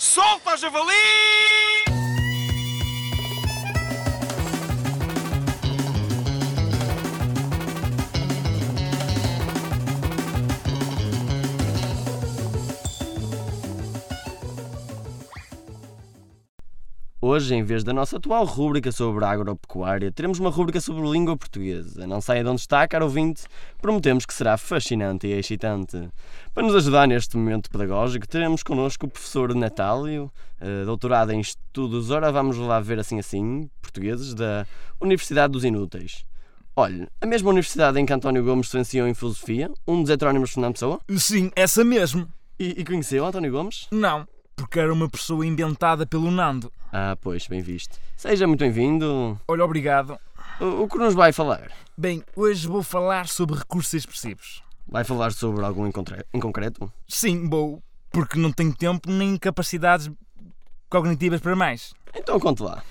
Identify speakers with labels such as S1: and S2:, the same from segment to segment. S1: Solta, javali!
S2: Hoje, em vez da nossa atual rúbrica sobre a agropecuária, teremos uma rúbrica sobre língua portuguesa. Não saia de onde está, caro ouvinte, prometemos que será fascinante e excitante. Para nos ajudar neste momento pedagógico, teremos connosco o professor Natálio, eh, doutorado em estudos, ora vamos lá ver assim assim, portugueses, da Universidade dos Inúteis. Olha, a mesma universidade em que António Gomes se licenciou em Filosofia, um dos heterónimos de Fernando Pessoa,
S3: Sim, essa mesmo.
S2: e, e conheceu António Gomes?
S3: Não, porque era uma pessoa inventada pelo Nando.
S2: Ah, pois, bem visto. Seja muito bem-vindo.
S3: Olha, obrigado.
S2: O, o que nos vai falar?
S3: Bem, hoje vou falar sobre recursos expressivos.
S2: Vai falar sobre algum em, contra- em concreto?
S3: Sim, vou, porque não tenho tempo nem capacidades cognitivas para mais.
S2: Então conte lá.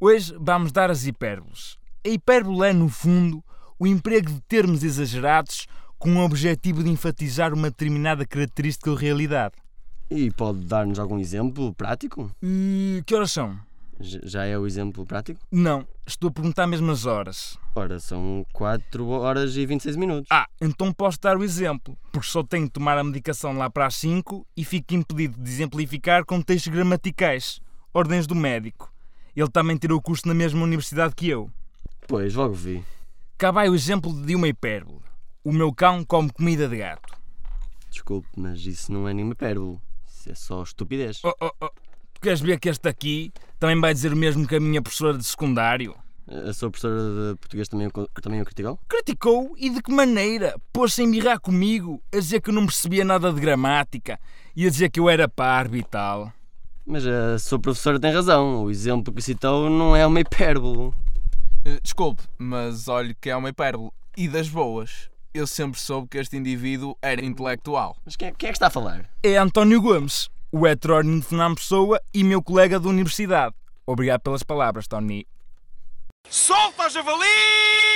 S3: Hoje vamos dar as hipérboles. A hipérbole é, no fundo, o emprego de termos exagerados com o objetivo de enfatizar uma determinada característica ou realidade.
S2: E pode dar-nos algum exemplo prático?
S3: E que horas são?
S2: J- Já é o exemplo prático?
S3: Não, estou a perguntar mesmo as horas.
S2: Ora, são 4 horas e 26 minutos.
S3: Ah, então posso dar o exemplo, porque só tenho de tomar a medicação lá para as 5 e fico impedido de exemplificar com textos gramaticais, ordens do médico. Ele também tirou o curso na mesma universidade que eu.
S2: Ah, Pois, logo vi.
S3: Cá vai o exemplo de uma hipérbole. O meu cão come comida de gato.
S2: Desculpe, mas isso não é nenhuma hipérbole. Isso é só estupidez.
S3: Oh, oh, oh. Tu queres ver que este aqui também vai dizer o mesmo que a minha professora de secundário?
S2: A sua professora de português também o, co- também o criticou?
S3: Criticou e de que maneira? Pôs-se a embirrar comigo, a dizer que eu não percebia nada de gramática e a dizer que eu era parvo e tal.
S2: Mas a sua professora tem razão. O exemplo que citou não é uma hipérbole.
S4: Eh, Desculpe, mas olhe que é uma hipérbole. E das boas. Eu sempre soube que este indivíduo era intelectual.
S2: Mas quem é, quem é que está a falar?
S3: é António Gomes, o heterónimo de Fernando Pessoa e meu colega da universidade. Obrigado pelas palavras, Tony.
S1: Solta, javali!